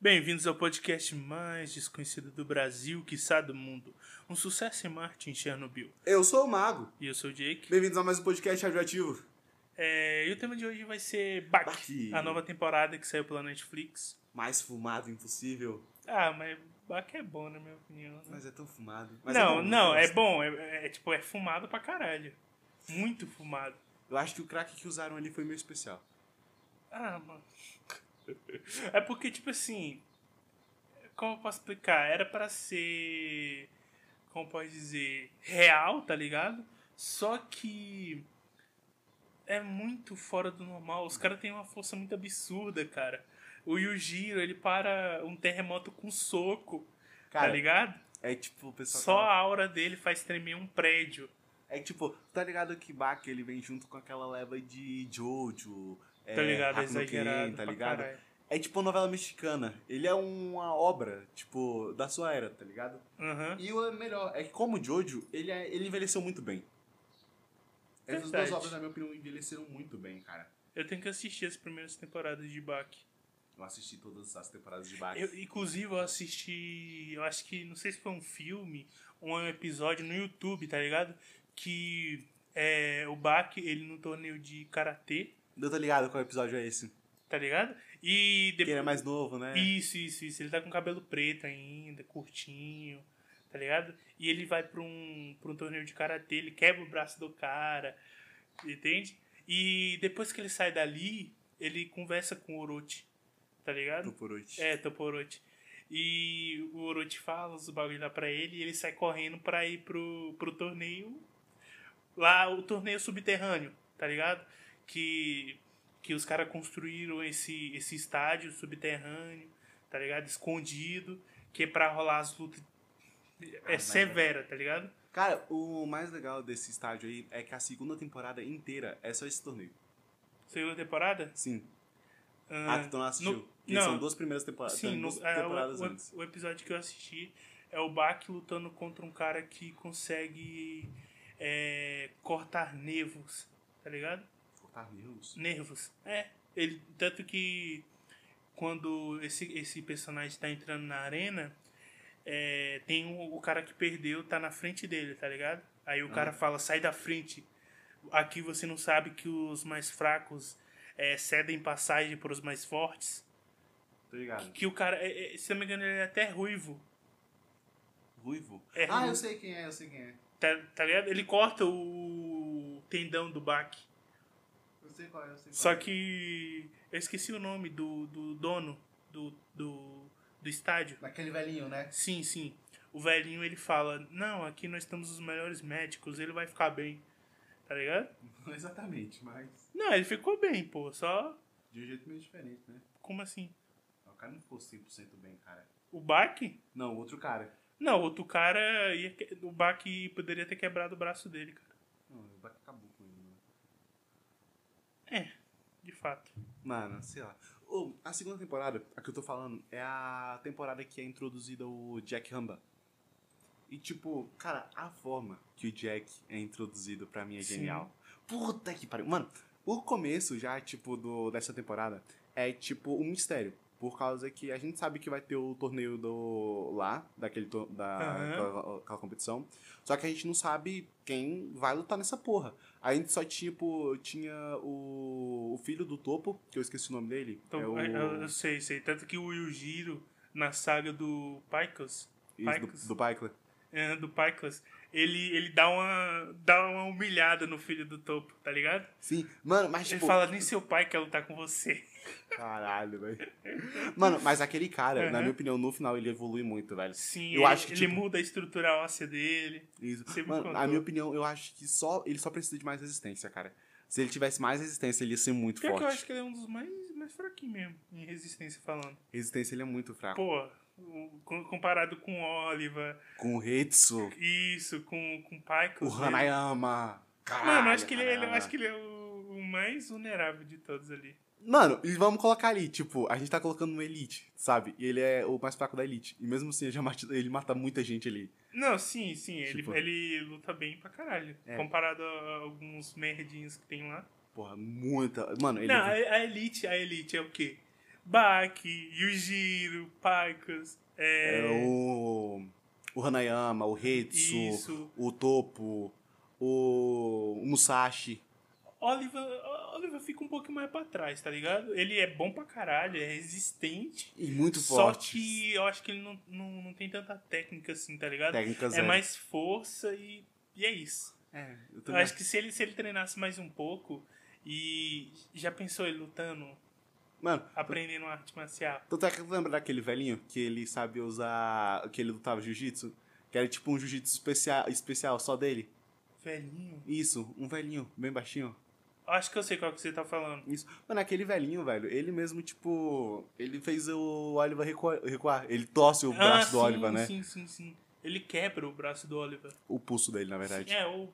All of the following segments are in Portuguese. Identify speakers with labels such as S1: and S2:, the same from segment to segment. S1: Bem-vindos ao podcast mais desconhecido do Brasil, quiçá do mundo. Um sucesso em Marte, em Chernobyl.
S2: Eu sou o Mago.
S1: E eu sou o Jake.
S2: Bem-vindos a mais um podcast radioativo.
S1: É, e o tema de hoje vai ser Bach,
S2: Bach.
S1: a nova temporada que saiu pela Netflix.
S2: Mais fumado impossível.
S1: Ah, mas Bach é bom, na minha opinião. né?
S2: Mas é tão fumado. Mas
S1: Não,
S2: bom,
S1: não,
S2: eu
S1: é
S2: gosto.
S1: bom. É, é, tipo, é fumado pra caralho. Muito fumado.
S2: Eu acho que o crack que usaram ali foi meio especial.
S1: Ah, mano. É porque, tipo assim. Como eu posso explicar? Era pra ser. Como pode dizer? Real, tá ligado? Só que. É muito fora do normal. Os caras têm uma força muito absurda, cara. O Yujiro, ele para um terremoto com soco, tá
S2: Cara,
S1: ligado?
S2: é tipo o pessoal.
S1: Só
S2: fala-
S1: a aura dele faz tremer um prédio.
S2: É tipo, tá ligado que Bach ele vem junto com aquela leva de Jojo. é,
S1: Tá ligado? É
S2: Hakuno Ken,
S1: exagerado.
S2: tá
S1: pra
S2: ligado?
S1: caralho.
S2: É tipo uma novela mexicana. Ele é uma obra, tipo, da sua era, tá ligado?
S1: Aham.
S2: E o melhor é que, como o Jojo, ele, é- ele envelheceu muito bem. Essas duas
S1: Verdade.
S2: obras, na minha opinião, envelheceram muito bem, cara.
S1: Eu tenho que assistir as primeiras temporadas de Baki.
S2: Eu assisti todas as temporadas de Bach.
S1: Eu, inclusive, eu assisti. Eu acho que. Não sei se foi um filme ou um episódio no YouTube, tá ligado? Que é, o Bak, ele no torneio de karatê,
S2: Eu tô ligado qual episódio é esse.
S1: tá ligado? E
S2: Que ele
S1: depois.
S2: é mais novo, né?
S1: Isso, isso, isso. Ele tá com cabelo preto ainda, curtinho, tá ligado? E ele vai pra um, pra um torneio de karatê, ele quebra o braço do cara, entende? E depois que ele sai dali, ele conversa com o Orochi, tá ligado?
S2: Do Porote.
S1: É, Toporote. E o Orochi fala os bagulho lá pra ele e ele sai correndo pra ir pro, pro torneio. Lá, o torneio subterrâneo, tá ligado? Que, que os caras construíram esse, esse estádio subterrâneo, tá ligado? Escondido, que é pra rolar as lutas. É
S2: Ah, mas-
S1: severa, tá ligado?
S2: Cara, o mais legal desse estádio aí é que a segunda temporada inteira é só esse torneio.
S1: Segunda temporada?
S2: Sim.
S1: Ah,
S2: Ah, que tu não assistiu.
S1: no-
S2: Porque
S1: não.
S2: são duas primeiras temporadas.
S1: Sim, no,
S2: duas
S1: é, o-
S2: temporadas
S1: o,
S2: antes.
S1: o episódio que eu assisti é o Bach lutando contra um cara que consegue é, cortar nervos, tá ligado?
S2: Cortar nervos.
S1: Nervos. É. Ele, tanto que quando esse, esse personagem tá entrando na arena, é, tem um- o cara que perdeu, tá na frente dele, tá ligado? Aí o
S2: Uhum.
S1: cara fala, sai da frente. Aqui você não sabe que os mais fracos é, cedem passagem para os mais fortes.
S2: Tô ligado.
S1: Que o cara, é- é, se eu não me engano, ele é até ruivo.
S2: Ruivo?
S1: É,
S2: ah,
S1: ruivo.
S2: eu sei quem é, eu sei quem é.
S1: Tá, tá ligado? Ele corta o tendão do Bach.
S2: Eu sei qual é, eu sei qual
S1: Só
S2: é.
S1: que eu esqueci o nome do, do dono do, do, do estádio.
S2: Daquele velhinho, né?
S1: Sim, sim. O velhinho ele fala: Não, aqui nós temos os melhores médicos, ele vai ficar bem. Tá ligado?
S2: Não exatamente, mas
S1: Não, ele ficou bem, pô. Só.
S2: de um jeito meio diferente, né?
S1: Como assim?
S2: O cara não ficou 100% bem, cara.
S1: O Bach?
S2: Não, outro cara.
S1: Não, outro cara. Ia, que- o Bach poderia ter quebrado o braço dele, cara.
S2: Não, o Baque acabou com ele, né?
S1: É, de fato.
S2: Mano, sei lá. Ô, a segunda temporada, a que eu tô falando, é a temporada que é introduzida o Jack Hamba. E tipo, cara, a forma que o Jack é introduzido pra mim é
S1: Sim.
S2: genial. Puta que pariu. Mano, o começo já, tipo, do, dessa temporada é tipo um mistério. Por causa que a gente sabe que vai ter o torneio do. lá, daquele tor- da,
S1: Aham.
S2: aquela- aquela competição. Só que a gente não sabe quem vai lutar nessa porra. A gente só, tipo, tinha o, o filho do topo, que eu esqueci o nome dele.
S1: Então,
S2: é o.
S1: eu, eu sei, sei. Tanto que o Yujiro, na saga do Pycos,
S2: isso,
S1: Pikes.
S2: do, do Pikler.
S1: é, do Pycos, ele, ele dá, uma, dá uma humilhada no filho do topo, tá ligado?
S2: Sim, mano, mas
S1: Ele
S2: tipo.
S1: fala, nem seu pai quer lutar com você.
S2: Caralho, velho. Mano, mas aquele cara,
S1: Aham.
S2: na minha opinião, no final ele evolui muito, velho.
S1: Sim,
S2: Eu
S1: ele,
S2: acho que,
S1: ele
S2: tipo-
S1: muda a estrutura óssea dele.
S2: Isso.
S1: Você me
S2: Mano,
S1: contou.
S2: na minha opinião, eu acho que só ele só precisa de mais resistência, cara. Se ele tivesse mais resistência, ele ia ser muito
S1: Pior que eu
S2: forte.
S1: acho que ele é um dos mais, mais fraquinhos mesmo, em resistência falando.
S2: Resistência ele é muito fraco.
S1: Pô, o- com- comparado com Oliva,
S2: Com o Hetsu,
S1: isso, com, com Pycos.
S2: o Ah.
S1: ele-
S2: Hanayama. Caralho,
S1: Mano, eu acho que ele, ele- eu
S2: Hanayama.
S1: acho que ele é o- o mais vulnerável de todos ali.
S2: Mano, e vamos colocar ali, tipo, a gente tá colocando uma elite, sabe? E ele é o mais fraco da elite. E mesmo assim, ele, já mata, ele mata muita gente ali.
S1: Não, sim, sim.
S2: Tipo-
S1: Ele, ele luta bem pra caralho.
S2: É.
S1: Comparado a alguns merdinhos que tem lá. é-
S2: Porra, muita. Mano, ele.
S1: Não, a, a Elite, a Elite é o quê? Baki, Yujiro, Paikas,
S2: É,
S1: é,
S2: o, o Hanayama, o Hetsu,
S1: Isso.
S2: o Topo, o, o Musashi.
S1: Oliver, Oliver fica um pouquinho mais pra trás, tá ligado? Ele é bom pra caralho, é resistente.
S2: E muito
S1: Só
S2: forte.
S1: que eu acho que ele não, não, não tem tanta técnica assim, tá ligado?
S2: Técnicas
S1: é mais força e, e é isso.
S2: É, eu
S1: Eu
S2: também
S1: acho que se ele, se ele treinasse mais um pouco e já pensou ele lutando,
S2: Mano,
S1: aprendendo arte marcial?
S2: tanto é que lembra daquele velhinho que ele sabia usar. que ele lutava jiu-jitsu? Que era tipo um jiu-jitsu especial, especial só dele?
S1: Velhinho.
S2: Isso, um velhinho, bem baixinho.
S1: Eu acho que eu sei qual que você tá falando.
S2: Isso. Mano, aquele velhinho, velho, ele mesmo, tipo. Ele fez o Oliver recua- recuar. Ele torce o braço do
S1: Ah, sim,
S2: Oliver, né?
S1: Sim, sim, sim. Ele quebra o braço do Oliver.
S2: O pulso dele, na verdade.
S1: É, o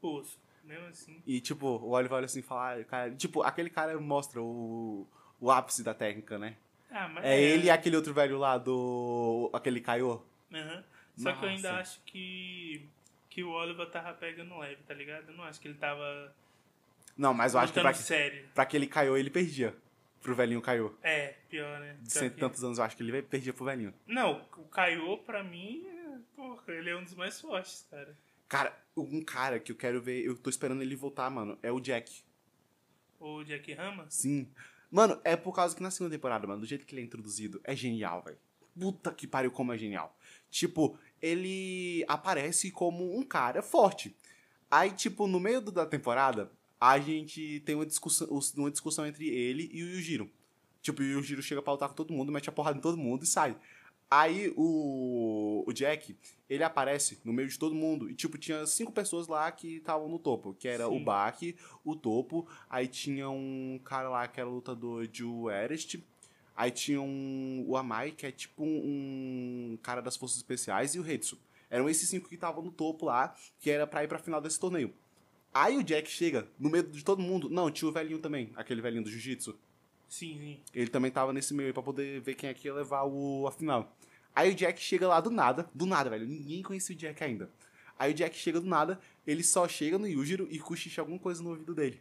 S1: poço. Mesmo assim.
S2: E, tipo, o Oliver olha assim e fala, "Ah, cara. Tipo, aquele cara mostra o, o ápice da técnica, né?
S1: Ah, mas
S2: É ele é- e aquele outro velho lá do. aquele Kaiô.
S1: Aham. Só que eu ainda
S2: Massa.
S1: acho que. Que o Oliver tava pegando leve, tá ligado? Eu não acho que ele tava
S2: Não, mas eu acho que
S1: lutando
S2: pra,
S1: sério.
S2: pra aquele Kaiô ele perdia. Pro velhinho Kaiô.
S1: É, pior, né?
S2: De
S1: Só
S2: cento e
S1: que- é.
S2: tantos anos, eu acho que ele perdia pro velhinho.
S1: Não, o Kaiô, pra mim, é- porra, ele é um dos mais fortes, cara.
S2: Cara, um cara que eu quero ver, eu tô esperando ele voltar, mano, é o Jack.
S1: O Jack Rama?
S2: Sim. Mano, é por causa que na segunda temporada, mano, do jeito que ele é introduzido, é genial, velho. Puta que pariu, como é genial. Tipo, ele aparece como um cara forte. Aí, tipo, no meio do- da temporada, a gente tem uma discussão, os- uma discussão entre ele e o Yujiro. Tipo, o Yujiro chega pra lutar com todo mundo, mete a porrada em todo mundo e sai. Aí o, o Jack, ele aparece no meio de todo mundo. E, tipo, tinha cinco pessoas lá que estavam no topo. Que era
S1: Sim.
S2: o Baki, o Topo. Aí tinha um cara lá que era lutador de Everest. Aí tinha um, o Amai, que é tipo um, um cara das forças especiais. E o Hetsu. Eram esses cinco que estavam no topo lá. Que era pra ir pra final desse torneio. Aí o Jack chega, no meio de todo mundo. Não, tinha o velhinho também. Aquele velhinho do Jiu-Jitsu.
S1: Sim, sim.
S2: Ele também tava nesse meio aí pra poder ver quem é que ia levar o, a final. Aí o Jack chega lá do nada, do nada, velho. Ninguém conhecia o Jack ainda. Aí o Jack chega do nada, ele só chega no Yujiro e cochicha alguma coisa no ouvido dele.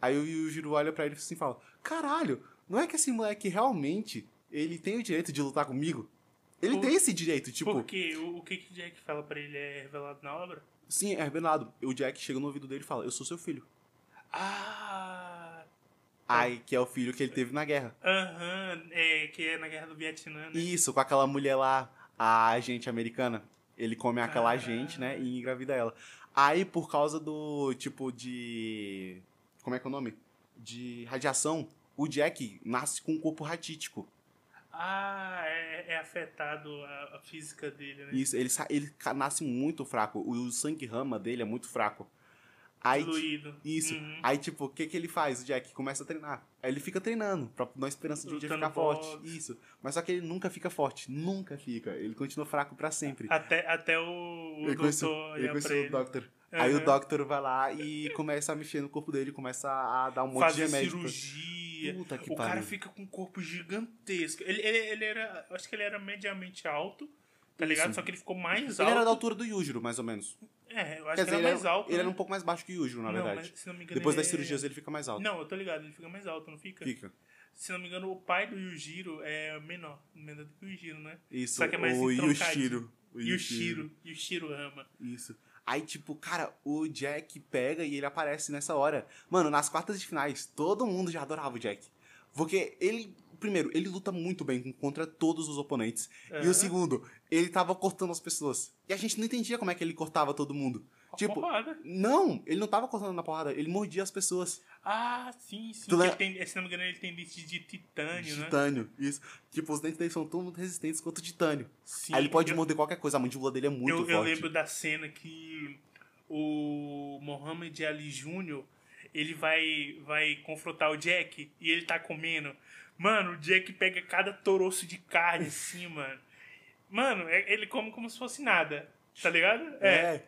S2: Aí o Yujiro olha pra ele assim e fala: Caralho, não é que esse moleque realmente ele tem o direito de lutar comigo? Ele
S1: Por-
S2: tem esse direito, tipo.
S1: Porque o, o que, que o Jack fala pra ele é revelado na obra?
S2: Sim, é revelado. O Jack chega no ouvido dele e fala: Eu sou seu filho.
S1: Ah!
S2: Ai, que é o filho que ele teve na guerra.
S1: Aham, é, que é na guerra do Vietnã, né?
S2: Isso, com aquela mulher lá, a agente americana. Ele come aquela
S1: Caralho.
S2: agente, né? E engravida ela. Aí, por causa do tipo de. Como é que é o nome? De radiação, o Jack nasce com um corpo ratítico.
S1: Ah, é, é afetado a, a física dele, né?
S2: Isso, ele, sa- ele ca- nasce muito fraco. O sangue rama dele é muito fraco. Aí,
S1: Diluído.
S2: isso.
S1: Uhum.
S2: aí tipo, o que, que ele faz? O Jack começa a treinar. Aí ele fica treinando, pra, na esperança de um dia
S1: Lutando
S2: ficar forte.
S1: boxe.
S2: Isso. Mas só que ele nunca fica forte. Nunca fica. Ele continua fraco pra sempre.
S1: Até, até o, o
S2: Ele conheceu-
S1: doutor olhar
S2: ele
S1: pra
S2: conheceu
S1: ele.
S2: o Doctor. Aí o
S1: Aham.
S2: Doctor vai lá e começa a mexer no corpo dele, começa a dar um monte de
S1: Fazer
S2: remédio. pra-
S1: cirurgia.
S2: Puta que
S1: o cara
S2: pariu.
S1: fica com um corpo gigantesco. Ele, ele, ele era. eu Acho que ele era mediamente alto, tá
S2: Isso.
S1: ligado? Só que ele ficou mais
S2: Ele era da
S1: alto.
S2: altura do Yujiro, mais ou menos.
S1: É, eu acho
S2: Quer
S1: que ele era
S2: dizer, ele era,
S1: mais alto.
S2: ele
S1: né?
S2: era um pouco mais baixo que o Yujiro, na
S1: Não,
S2: verdade.
S1: mas, se não me engano,
S2: Depois
S1: ele
S2: das
S1: é-
S2: cirurgias ele fica mais alto.
S1: Não, eu tô ligado, ele fica mais alto, não fica?
S2: Fica.
S1: Se não me engano, o pai do Yujiro é menor, menor do que o Yujiro, né?
S2: Isso,
S1: Só que é mais
S2: o
S1: entroncadinho.
S2: Yushiro. O
S1: Yushiro, Yushiro ama.
S2: Isso. Aí, tipo, cara, o Jack pega e ele aparece nessa hora. Mano, nas quartas de finais, todo mundo já adorava o Jack. Porque ele, primeiro, ele luta muito bem contra todos os oponentes. E
S1: Aham.
S2: o segundo, ele tava cortando as pessoas. E a gente não entendia como é que ele cortava todo mundo.
S1: Uma
S2: Tipo,
S1: porrada.
S2: não, ele não tava cortando na porrada, ele mordia as pessoas.
S1: Ah, sim, sim.
S2: tu
S1: que
S2: lem-
S1: ele tem- se não me engano, ele tem dente de titânio, né?
S2: Titânio, isso. Tipo, os dentes dele são tão resistentes quanto o titânio.
S1: Sim,
S2: Aí ele pode
S1: eu-
S2: morder qualquer coisa, a mandíbula dele é muito
S1: eu,
S2: forte.
S1: eu lembro da cena que o Mohamed Ali Jr. ele vai, vai confrontar o Jack e ele tá comendo. Mano, o Jack pega cada toroço de carne assim, mano. Mano, é- ele come como se fosse nada, tá ligado? É,
S2: É.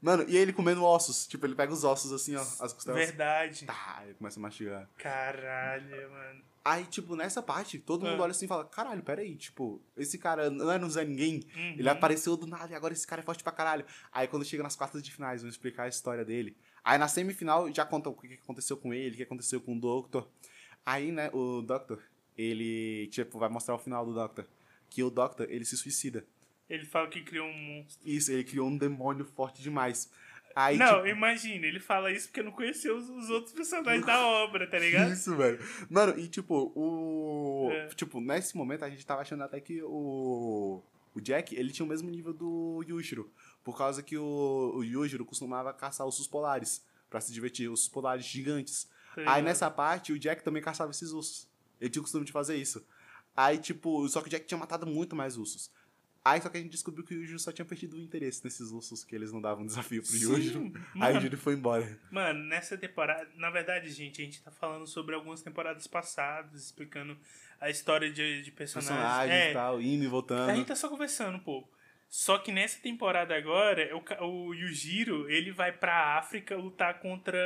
S2: Mano, e ele comendo ossos. Tipo, ele pega os ossos assim, ó, as costelas.
S1: verdade.
S2: Tá, ele começa a mastigar.
S1: Caralho, mano.
S2: Aí, tipo, nessa parte, todo
S1: Ah.
S2: mundo olha assim e fala: caralho, peraí, tipo, esse cara não era um Zé Ninguém.
S1: Uhum.
S2: Ele apareceu do nada e agora esse cara é forte pra caralho. Aí quando chega nas quartas de finais, vão explicar a história dele. Aí na semifinal já contam o que que aconteceu com ele, o que aconteceu com o Doctor. Aí, né, o Doctor, ele, tipo, vai mostrar o final do Doctor. Que o Doctor, ele se suicida.
S1: Ele fala que criou um monstro.
S2: Isso, ele criou um demônio forte demais. Aí,
S1: não,
S2: tipo,
S1: imagina, ele fala isso porque não conheceu os, os outros personagens da obra, tá ligado?
S2: Isso, velho. Mano, e tipo, o.
S1: É.
S2: Tipo, nesse momento a gente tava achando até que o. O Jack, ele tinha o mesmo nível do Yushiro. Por causa que o, o Yushiro costumava caçar ossos polares. Pra se divertir, ossos polares gigantes.
S1: Tá
S2: Aí
S1: ligado?
S2: nessa parte, o Jack também caçava esses ursos. Ele tinha o costume de fazer isso. Aí, tipo, só que o Jack tinha matado muito mais ursos. Aí só que a gente descobriu que o Yuji só tinha perdido o interesse nesses ursos que eles não davam desafio pro Yuji.
S1: Sim,
S2: Aí o
S1: mano,
S2: Yuji foi embora.
S1: mano, nessa temporada. Na verdade, gente, a gente tá falando sobre algumas temporadas passadas, explicando a história de, de personagens.
S2: Personagem
S1: é,
S2: e tal, indo e voltando.
S1: A gente tá só conversando um pouco. Só que nessa temporada agora, o, ca- o Yujiro, ele vai pra África lutar contra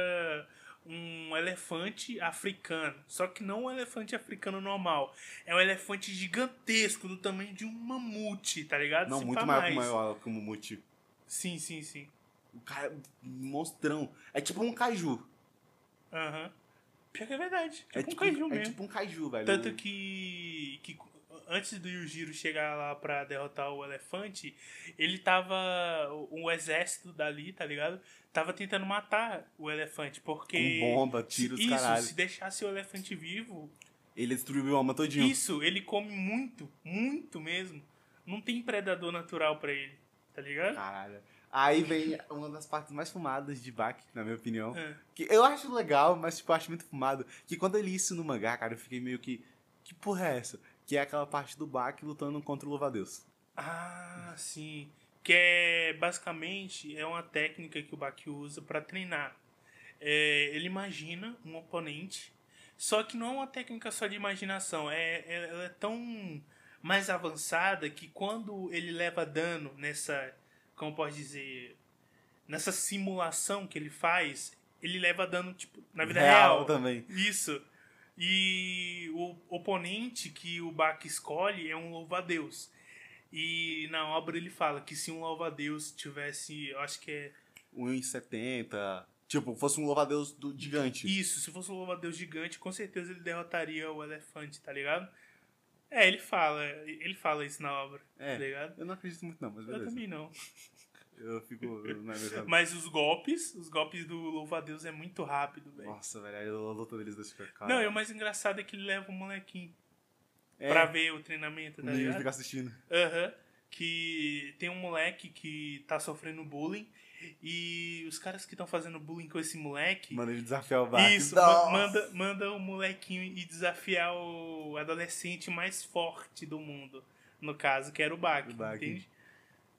S1: um elefante africano. Só que não um elefante africano normal. É um elefante gigantesco, do tamanho de um mamute, tá ligado?
S2: Não,
S1: Se
S2: muito
S1: pá
S2: maior que o maior como o Muti.
S1: Sim, sim, sim.
S2: O cara é um monstrão. É tipo um caju.
S1: Aham. Pior que é verdade. Tipo
S2: é
S1: um caju
S2: É
S1: mesmo.
S2: tipo um caju, velho.
S1: Tanto que, que antes do Yujiro chegar lá pra derrotar o elefante, ele tava. O, o exército dali, tá ligado? Tava tentando matar o elefante, porque.
S2: Com bomba, tiros,
S1: isso,
S2: caralho.
S1: se deixasse o elefante vivo,
S2: Ele destruiu o alma todinho.
S1: isso, ele come muito, muito mesmo. Não tem predador natural pra ele, tá ligado?
S2: Caralho. Aí vem uma das partes mais fumadas de Baki, na minha opinião.
S1: Ah.
S2: Que eu acho legal, mas tipo, eu acho muito fumado. Que quando eu li isso no mangá, cara, eu fiquei meio que. Que porra é essa? Que é aquela parte do Baki lutando contra o Louvadeus.
S1: Ah, sim. Que é basicamente é uma técnica que o Baki usa pra treinar. É, ele imagina um oponente, só que não é uma técnica só de imaginação, é, é- ela é tão mais avançada que quando ele leva dano nessa, como pode dizer, nessa simulação que ele faz, ele leva dano tipo na vida real.
S2: também.
S1: Isso. E o oponente que o Bach escolhe é um louva-a-Deus. E na obra ele fala que se um louva-a-Deus tivesse, eu acho que é
S2: 1,70. Tipo, fosse um Louvadeus do gigante.
S1: isso, se fosse um louva-a-Deus gigante, com certeza ele derrotaria o elefante, tá ligado? É, ele fala, ele fala isso na obra,
S2: É.
S1: tá ligado?
S2: Eu não acredito muito, não, mas
S1: Eu
S2: beleza.
S1: também não.
S2: Eu, é fico. na mesma-
S1: Mas os golpes, os golpes do louva-a-Deus é muito rápido, velho.
S2: Nossa, velho, a luta deles dois fica cara.
S1: Não, e o mais engraçado é que ele leva o molequinho
S2: é,
S1: pra ver o treinamento,
S2: o
S1: tá
S2: menino
S1: ligado?
S2: fica assistindo.
S1: Aham. Que tem um moleque que tá sofrendo bullying. E os caras que estão fazendo bullying com esse moleque.
S2: Manda ele desafiar o Baki.
S1: isso,
S2: Nossa.
S1: ma- manda, manda o molequinho e desafiar o adolescente mais forte do mundo. No caso, que era o Baki,
S2: O Baki.
S1: entende?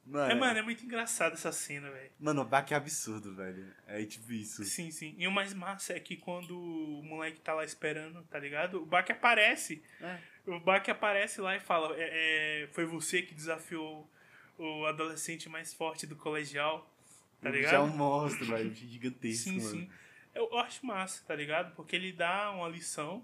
S2: Mano,
S1: É, mano, é muito engraçado essa cena, velho.
S2: mano, o Baki é absurdo, velho. É tipo isso.
S1: Sim, sim. E o mais massa é que quando o moleque tá lá esperando, tá ligado? O Baki aparece.
S2: É.
S1: O Baki aparece lá e fala: é, é, Foi você que desafiou o adolescente mais forte do colegial, tá
S2: Ele
S1: ligado?
S2: Já é um monstro, velho. Gigantesco,
S1: sim,
S2: mano.
S1: sim. Eu, eu acho massa, tá ligado? Porque ele dá uma lição,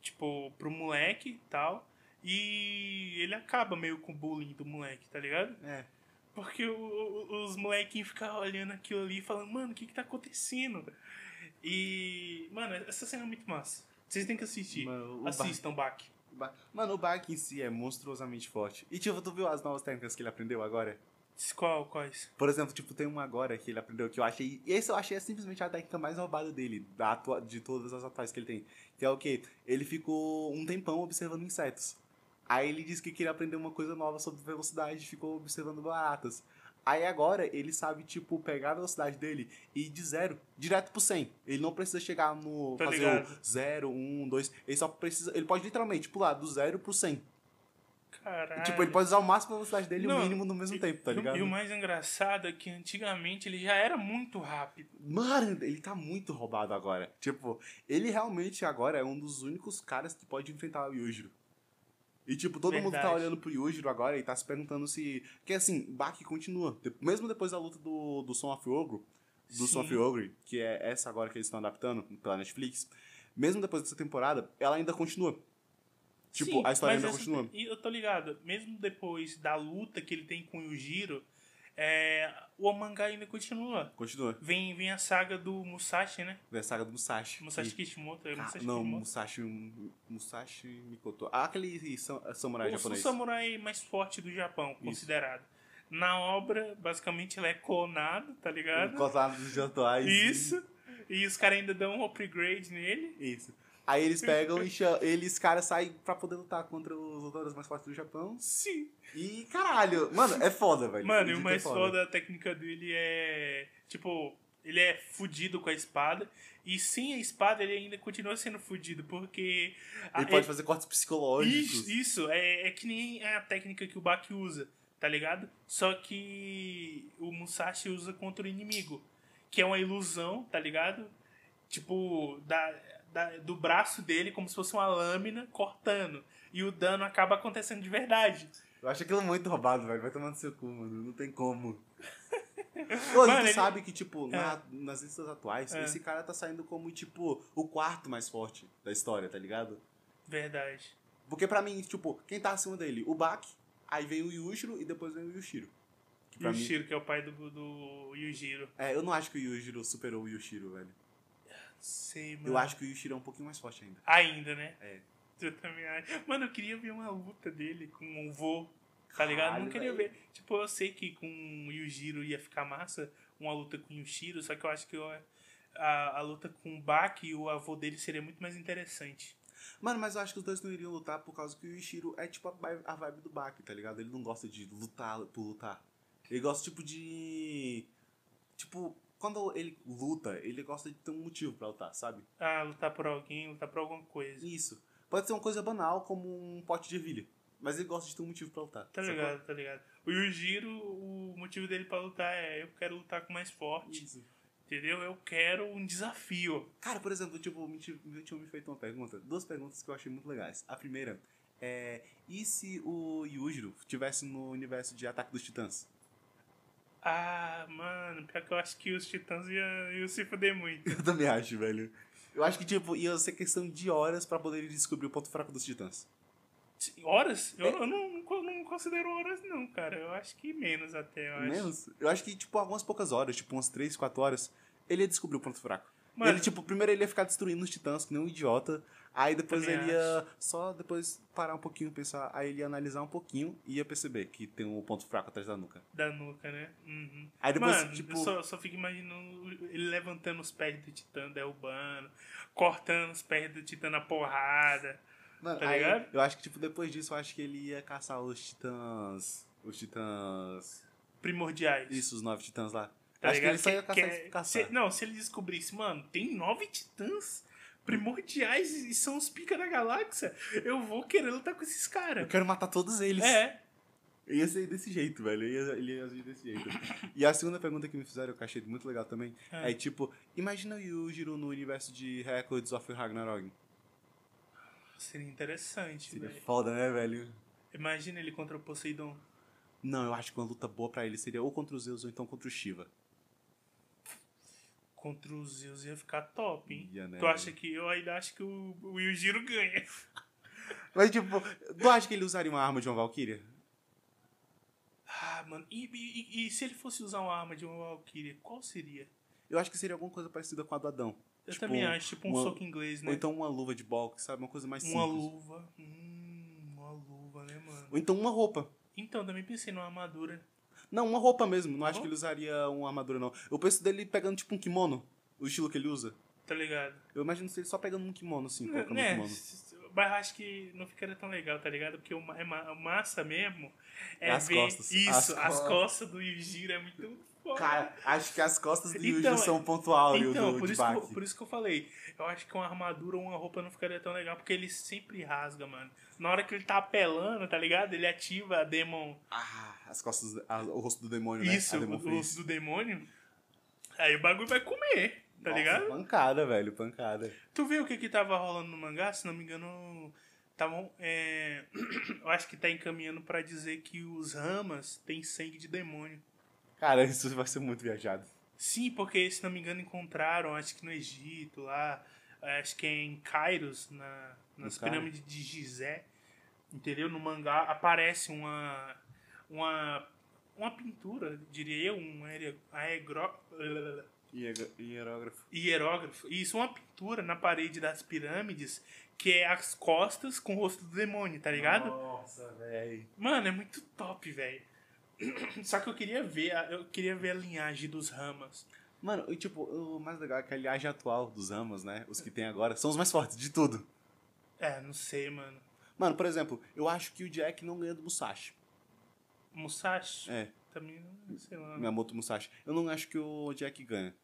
S1: tipo, pro moleque e tal. E ele acaba meio com o bullying do moleque, tá ligado?
S2: É.
S1: Porque o- o- os molequinhos ficam olhando aquilo ali e falando, mano, o que que tá acontecendo? E, mano, essa cena é muito massa. Vocês têm que assistir.
S2: Mano, o
S1: Assistam, Bach.
S2: Ba- Mano, o Baki em si é monstruosamente forte. E tipo, tu viu as novas técnicas que ele aprendeu agora?
S1: Qual, quais?
S2: Por exemplo, tipo, tem uma agora que ele aprendeu que eu achei. Esse eu achei simplesmente a técnica mais roubada dele, da atua- de todas as atuais que ele tem. Que é o quê? Ele ficou um tempão observando insetos. Aí ele disse que queria aprender uma coisa nova sobre velocidade, ficou observando baratas. Aí agora ele sabe, tipo, pegar a velocidade dele e ir de zero, direto pro 100. Ele não precisa chegar no.
S1: Tô
S2: fazer
S1: ligado.
S2: o 0, 1, 2. Ele só precisa. Ele pode literalmente pular do zero pro 100.
S1: Caralho.
S2: Tipo, ele pode usar o máximo da velocidade dele e
S1: É. Não,
S2: o mínimo no mesmo tempo, tá
S1: E o-
S2: ligado?
S1: E o mais engraçado é que antigamente ele já era muito rápido.
S2: Mano, ele tá muito roubado agora. Tipo, ele realmente agora é um dos únicos caras que pode enfrentar o Yujiro. E, tipo, todo mundo tá
S1: Verdade.
S2: olhando pro Yujiro agora e tá se perguntando se. Porque, assim, Baki continua. De- Mesmo depois da luta do, do Son of Ogre, do Son of
S1: Sim.
S2: Ogre, que é essa agora que eles estão adaptando pela Netflix, mesmo depois dessa temporada, ela ainda continua. Tipo,
S1: Sim,
S2: a história
S1: mas
S2: ainda
S1: essa-
S2: continua.
S1: E eu tô ligado, mesmo depois da luta que ele tem com o Yujiro, É, o mangá ainda continua.
S2: Continua.
S1: Vem, vem a saga do Musashi, né?
S2: Vem a saga do Musashi.
S1: Musashi
S2: E-
S1: Kishimoto. É
S2: Ah,
S1: Musashi
S2: não,
S1: Kishimoto.
S2: Musashi, Musashi Mikoto. Ah, aquele sam- samurai
S1: o, o
S2: é japonês.
S1: samurai mais forte do Japão, considerado. Na obra, basicamente, ele é clonado, tá ligado?
S2: Cosado dos atuais.
S1: Isso. E os caras ainda dão um upgrade nele.
S2: Isso. Aí eles pegam e cha- eles, cara, saem pra poder lutar contra os lutadores mais fortes do Japão.
S1: Sim.
S2: E caralho, mano, é foda, velho.
S1: Mano, e o
S2: Dito é
S1: mais foda, a técnica dele é. Tipo, ele é fudido com a espada. E sem a espada, ele ainda continua sendo fudido, porque. a- é
S2: Ele pode fazer cortes psicológicos.
S1: Isso, isso é, é que nem a técnica que o Baki usa, tá ligado? Só que o Musashi usa contra o inimigo, que é uma ilusão, tá ligado? Tipo, da, da- do braço dele, como se fosse uma lâmina cortando. E o dano acaba acontecendo de verdade.
S2: Eu acho aquilo muito roubado, velho. Vai tomando seu cu, mano. Não tem como. Pô,
S1: Mano,
S2: tu
S1: ele-
S2: sabe que, tipo, na- nas listas atuais,
S1: É.
S2: esse cara tá saindo como, tipo, o quarto mais forte da história, tá ligado?
S1: Verdade.
S2: Porque pra mim, tipo, quem tá acima dele? O Baki, aí vem o Yushiro e depois vem o Yushiro. Que
S1: E
S2: pra
S1: o
S2: mim-
S1: Shiro, que é o pai do, do Yujiro.
S2: É, eu não acho que o Yushiro superou o Yushiro, velho.
S1: Sei, mano.
S2: Eu acho que o Yushiro é um pouquinho mais forte ainda.
S1: Ainda, né?
S2: É.
S1: Eu também acho. Mano, eu queria ver uma luta dele com o vô, tá ligado?
S2: Caralho,
S1: Não queria
S2: velho.
S1: ver. Tipo, eu sei que com o Yujiro ia ficar massa, uma luta com o Yushiro, só que eu acho que eu- a, a luta com o Baki e o avô dele seria muito mais interessante.
S2: Mano, mas eu acho que os dois não iriam lutar por causa que o Yushiro é, tipo, a vibe, a vibe do Baki, tá ligado? Ele não gosta de lutar por lutar. Ele gosta, tipo, de. Tipo, quando ele luta, ele gosta de ter um motivo pra lutar, sabe?
S1: Ah, lutar por alguém, lutar por alguma coisa.
S2: Isso. Pode ser uma coisa banal, como um pote de ervilha. Mas ele gosta de ter um motivo pra lutar.
S1: Tá
S2: sacou?
S1: ligado, tá ligado. O Yujiro, o motivo dele pra lutar é eu quero lutar com o mais forte,
S2: Isso.
S1: entendeu? Eu quero um desafio.
S2: Cara, por exemplo, tipo, me ti- eu tinha me feito uma pergunta, duas perguntas que eu achei muito legais. A primeira é: e se o Yujiro estivesse no universo de Ataque dos Titãs?
S1: Ah, mano, pior que eu acho que os titãs iam, iam se fuder muito.
S2: Eu também acho, velho. Eu acho que, tipo, ia ser questão de horas pra poder descobrir o ponto fraco dos Titãs.
S1: Horas? Eu, eu não, eu não considero horas, não, cara. Eu acho que menos até. Eu acho.
S2: Menos? Eu acho que, tipo, algumas poucas horas, tipo, umas 3, 4 horas, ele ia descobrir o ponto fraco.
S1: Mano,
S2: Ele, tipo, primeiro ele ia ficar destruindo os Titãs, que nem um idiota. Aí depois
S1: Também
S2: ele ia só depois parar um pouquinho, pensar, aí ele ia analisar um pouquinho e ia perceber que tem um ponto fraco atrás da nuca.
S1: da nuca, né? Uhum.
S2: Aí depois,
S1: Mano,
S2: tipo.
S1: eu só, só fico imaginando ele levantando os pés do Titã, derrubando, cortando os pés do Titã na porrada.
S2: Mano,
S1: Tá
S2: aí,
S1: ligado?
S2: eu acho que, tipo, depois disso, eu acho que ele ia caçar os titãs. Os titãs.
S1: Primordiais.
S2: Isso, os nove titãs lá.
S1: tá
S2: acho que
S1: ligado?
S2: ele só ia
S1: Que-
S2: caçar.
S1: que-
S2: caçar.
S1: se- não, se ele descobrisse, mano, tem nove titãs primordiais e são os pica da galáxia, eu vou querer lutar com esses
S2: Eu
S1: caras.
S2: quero matar todos eles.
S1: É,
S2: Eu Ia ser desse jeito, velho. Eu Ia, ele ia agir desse jeito. e a segunda pergunta que me fizeram, que eu achei muito legal também,
S1: Ah.
S2: é, tipo, imagina o Yujiro no universo de Records of Ragnarok.
S1: seria interessante,
S2: Seria
S1: velho.
S2: foda, né, velho?
S1: Imagina ele contra o Poseidon.
S2: Não, eu acho que uma luta boa pra ele seria ou contra o Zeus ou então contra o Shiva.
S1: contra os Zeus ia ficar top, hein?
S2: Ia, né,
S1: tu acha
S2: velho?
S1: que eu ainda acho que o, o Yujiro ganha?
S2: Mas, tipo, tu acha que ele usaria uma arma de uma Valkyria?
S1: Ah, mano, e, e- e- e se ele fosse usar uma arma de uma Valkyria, qual seria?
S2: Eu acho que seria alguma coisa parecida com a do Adão.
S1: Eu
S2: Tipo,
S1: também acho, tipo um
S2: uma-
S1: soco inglês, né?
S2: Ou então uma luva de boxe, sabe? Uma coisa mais
S1: uma
S2: simples.
S1: luva. Hum, uma luva, né, mano?
S2: Ou então uma roupa.
S1: Então, também pensei numa armadura.
S2: Não, uma roupa mesmo. Não acho
S1: Roupa?
S2: que ele usaria uma armadura, não. Eu penso dele pegando tipo um kimono, o estilo que ele usa.
S1: Tá ligado?
S2: Eu imagino ele só pegando um kimono, assim, colocando um
S1: né?
S2: kimono.
S1: s- s- Mas acho que não ficaria tão legal, tá ligado? Porque o ma- é ma- massa mesmo é
S2: As
S1: ver
S2: costas.
S1: isso,
S2: As
S1: as,
S2: costas.
S1: costas do Yujiro é muito foda.
S2: acho que as costas
S1: Então, Yuji são
S2: o um ponto
S1: Então, por isso, que, eu- por isso que eu falei. Eu acho que uma armadura ou uma roupa não ficaria tão legal, porque ele sempre rasga, mano. Na hora que ele tá apelando, tá ligado? Ele ativa a Demon.
S2: Ah, as costas, a- o rosto do demônio, né?
S1: isso,
S2: A Demon
S1: o
S2: Face.
S1: rosto do demônio. Aí o bagulho vai comer, tá
S2: Nossa,
S1: ligado?
S2: pancada, velho, pancada.
S1: Tu viu o que que tava rolando no mangá? Se não me engano, tavam, é, eu acho que tá encaminhando pra dizer que os ramas têm sangue de demônio.
S2: Cara, isso vai ser muito viajado.
S1: Sim, porque, se não me engano, encontraram, acho que no Egito, lá, acho que é em Kairos, na, nas
S2: Cairo?
S1: pirâmides de Gizé, entendeu? No mangá aparece uma, uma, uma pintura, diria eu, um aere- aegro-
S2: Hiero- Hierógrafo.
S1: hierógrafo. Isso, uma pintura na parede das pirâmides que é as costas com o rosto do demônio, tá ligado?
S2: Nossa, velho.
S1: Mano, é muito top, velho. Só que eu queria ver, a- eu queria ver a linhagem dos Ramas.
S2: Mano, e tipo, o mais legal é que a linhagem atual dos Amas, né? Os que tem agora, são os mais fortes de tudo.
S1: É, não sei, mano.
S2: Mano, por exemplo, eu acho que o Jack não ganha do Musashi.
S1: Musashi?
S2: É,
S1: Também não sei lá. né?
S2: Miyamoto Musashi. Eu não acho que o Jack ganha.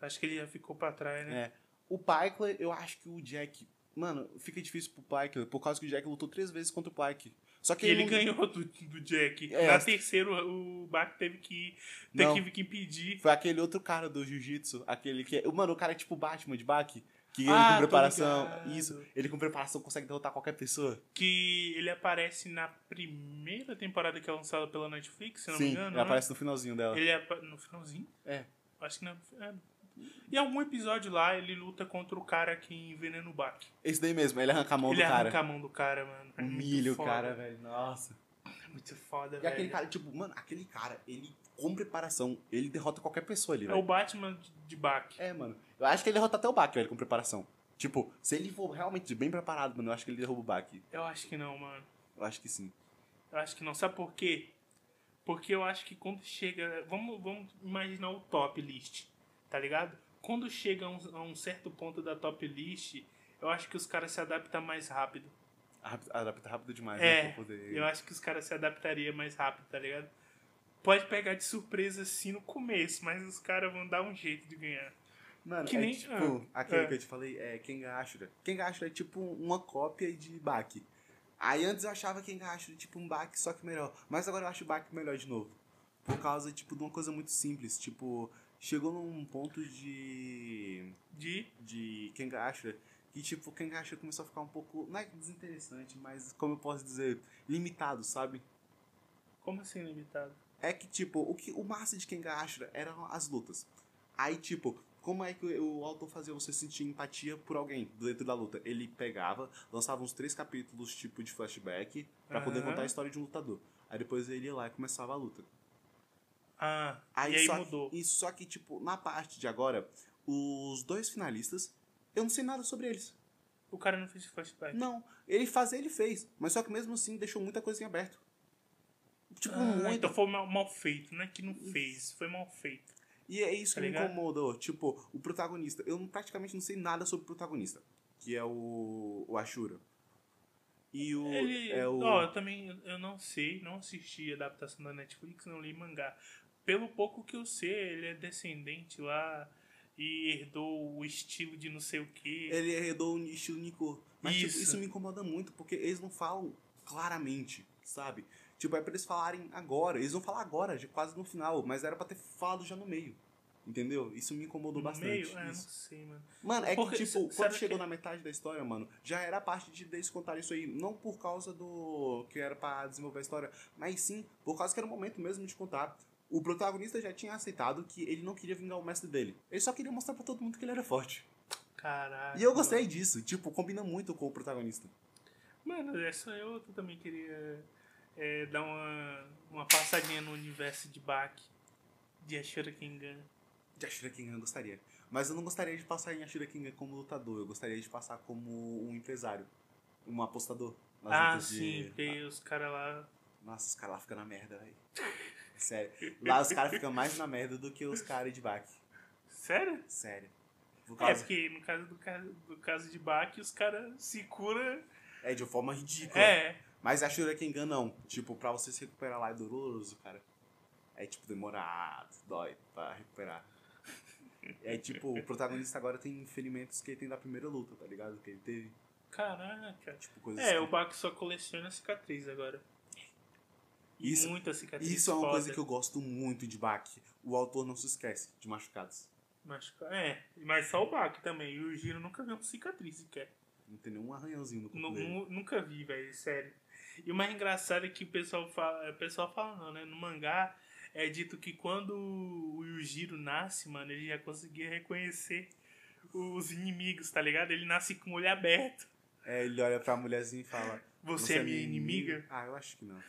S1: Acho que ele já ficou pra trás, né?
S2: É. O Pykler, eu acho que o Jack. Mano, fica difícil pro Pykler, por causa que o Jack lutou três vezes contra o Pyke. Só que
S1: E ele
S2: não-
S1: ganhou do, do Jack.
S2: É,
S1: Na
S2: as-
S1: terceira, o Bach teve que,
S2: Não.
S1: teve que impedir.
S2: Foi aquele outro cara do jiu-jitsu, aquele que é. Mano, o cara é tipo o Batman de Baki, que
S1: Ah,
S2: ele
S1: tô
S2: com preparação.
S1: ligado.
S2: Isso, ele com preparação consegue derrotar qualquer pessoa.
S1: Que ele aparece na primeira temporada que é lançada pela Netflix, se não me
S2: Sim,
S1: engano.
S2: ele
S1: né?
S2: aparece no finalzinho dela.
S1: Ele é no finalzinho?
S2: É.
S1: Acho que não. É. Em algum episódio lá, ele luta contra o cara que envenena o Bach.
S2: Esse daí mesmo, ele arranca a mão
S1: Ele
S2: do cara.
S1: arranca a mão do cara, mano. É muito
S2: Humilha o
S1: foda.
S2: cara, velho. Nossa.
S1: É muito foda,
S2: E aquele
S1: velho.
S2: cara, tipo, mano, aquele cara, ele com preparação, ele derrota qualquer pessoa ali,
S1: É o
S2: velho.
S1: Batman de- de Bach.
S2: É, mano. Eu acho que ele derrota até o Baki, velho, com preparação. Tipo, se ele for realmente bem preparado, mano, eu acho que ele derruba o Baki.
S1: Eu acho que não, mano.
S2: Eu acho que sim.
S1: Eu acho que não. Sabe por quê? Porque eu acho que quando chega. Vamos, vamos imaginar o top list, tá ligado? Quando chega a um, a um certo ponto da top list, eu acho que os caras se adaptam mais rápido.
S2: Rápido- Adapta rápido demais,
S1: É,
S2: né? Pra poder...
S1: Eu acho que os caras se adaptariam mais rápido, tá ligado? Pode pegar de surpresa assim no começo, mas os caras vão dar um jeito de ganhar.
S2: Mano,
S1: Que
S2: é
S1: nem-
S2: tipo,
S1: ah,
S2: aquele
S1: é.
S2: que eu te falei é Kengashura. Kengashura é tipo uma cópia de Baki. Aí antes eu achava Kengashura tipo um Baki, só que melhor. Mas agora eu acho Baki melhor de novo. Por causa, tipo, de uma coisa muito simples. Tipo, chegou num ponto de...
S1: De.
S2: de Kengashura que, tipo, o Kengashura começou a ficar um pouco, não é desinteressante, mas como eu posso dizer, limitado, sabe?
S1: Como assim limitado?
S2: É que, tipo, o, que, o massa de Kengashira eram as lutas. Aí, tipo, como é que o autor fazia você sentir empatia por alguém dentro da luta? Ele pegava, lançava uns três capítulos, tipo, de flashback, pra poder
S1: Aham.
S2: contar a história de um lutador. Aí depois ele ia lá e começava a luta.
S1: Ah, e aí
S2: só
S1: mudou.
S2: Que, e só que, tipo, na parte de agora, os dois finalistas, eu não sei nada sobre eles.
S1: O cara não fez flashback.
S2: Não, ele fazer, ele fez. Mas só que mesmo assim, deixou muita coisa em aberto. Tipo,
S1: Ah,
S2: muito.
S1: Então foi mal, mal feito, não é que não fez, foi mal feito.
S2: E é isso
S1: Tá
S2: que me
S1: ligado?
S2: incomodou. Tipo, o protagonista. Eu não- praticamente não sei nada sobre o protagonista. Que é o. O Ashura. E o.
S1: Ele,
S2: É o.
S1: ó, eu também eu não sei, não assisti a adaptação da Netflix, não li mangá. Pelo pouco que eu sei, ele é descendente lá e herdou o estilo de não sei o que.
S2: Ele herdou o estilo Nico. Mas tipo,
S1: Isso.
S2: isso me incomoda muito, porque eles não falam claramente, sabe? Tipo, é pra eles falarem agora. Eles vão falar agora, já quase no final. Mas era pra ter falado já no meio. Entendeu? Isso me incomodou bastante.
S1: meio? É, não
S2: isso.
S1: sei, mano.
S2: Mano, é
S1: Porque
S2: que,
S1: se-
S2: tipo,
S1: será
S2: quando
S1: que-
S2: chegou na metade da história, mano, já era a parte de eles contarem isso aí. Não por causa do. que era pra desenvolver a história, mas sim por causa que era o momento mesmo de contar. O protagonista já tinha aceitado que ele não queria vingar o mestre dele. Ele só queria mostrar pra todo mundo que ele era forte.
S1: Caraca.
S2: E eu gostei disso. Tipo, combina muito com o protagonista.
S1: Mano, essa eu também queria é, dar uma, uma passadinha no universo de Bach, de Ashura Kengan.
S2: De Ashura Kingan eu gostaria. Mas eu não gostaria de passar em Ashura Kingan como lutador. Eu gostaria de passar como um empresário. Um apostador. nas
S1: Ah,
S2: lutas de-
S1: sim, porque os caras lá
S2: Nossa, os caras lá ficam na merda, velho. Sério. Lá os caras ficam mais na merda do que os caras de back.
S1: Sério?
S2: Sério. Por
S1: É,
S2: causa...
S1: porque no caso do, ca- do caso de Bach, os caras se curam.
S2: É, de uma forma ridícula.
S1: É,
S2: Mas a Shurikengan não. Tipo, pra você se recuperar lá é doloroso, cara. É tipo, demorado, dói pra recuperar. É tipo, o protagonista agora tem ferimentos que ele tem da primeira luta, tá ligado? Que ele teve,
S1: caraca.
S2: tipo, coisas
S1: É,
S2: que-
S1: o Bach só coleciona cicatriz agora. E
S2: Isso-
S1: muita cicatriz.
S2: Isso é uma
S1: foda.
S2: coisa que eu gosto muito de Bach. O autor não se esquece de machucados.
S1: Mas, é, mas só o Bach também. E o Giro nunca viu uma cicatriz sequer.
S2: Não tem nenhum arranhãozinho no corpo
S1: Nu-
S2: dele.
S1: nu- Nunca vi, velho, sério. E o mais engraçado é que o pessoal fala, o pessoal fala não, né? No mangá é dito que quando o Yujiro nasce, mano, ele já conseguia reconhecer os inimigos, tá ligado? Ele nasce com o olho aberto.
S2: É, ele olha
S1: é
S2: pra mulherzinha e fala:
S1: Você, é minha inimiga?
S2: Ah, eu acho que não.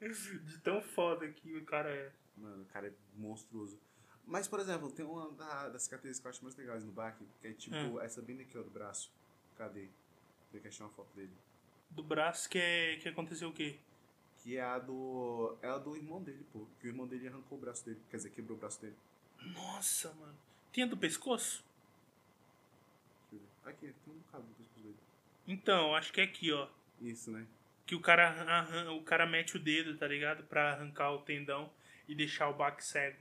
S1: De tão foda que o cara é.
S2: Mano, o cara é monstruoso. Mas, por exemplo, tem uma da- das cicatrizes que eu acho mais legais no Baki, que é tipo
S1: Hum.
S2: essa bem daqui, ó, do braço. Cadê? Tem que achar uma foto dele.
S1: Do braço que, é, que aconteceu o quê?
S2: Que é a do. É a do irmão dele, pô. Que o irmão dele arrancou o braço dele. Quer dizer, quebrou o braço dele.
S1: Nossa, mano. Tinha do pescoço?
S2: Deixa eu ver. Aqui, tem um bocado do pescoço dele.
S1: Então, acho que é aqui, ó.
S2: Isso, né?
S1: Que o cara, arran- o cara mete o dedo, tá ligado? Pra arrancar o tendão e deixar o baque cego.